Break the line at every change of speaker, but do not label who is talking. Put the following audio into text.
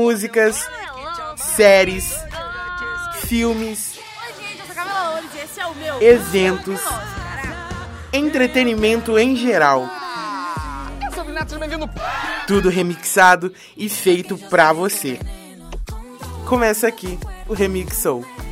músicas, séries, filmes,
Gente, eu sou a Camila Loures e esse é o meu.
Eventos.
Caraca.
entretenimento em geral.
Eu sou o Renato Juliano.
Tudo remixado e feito pra você. Começa aqui o Remix Soul.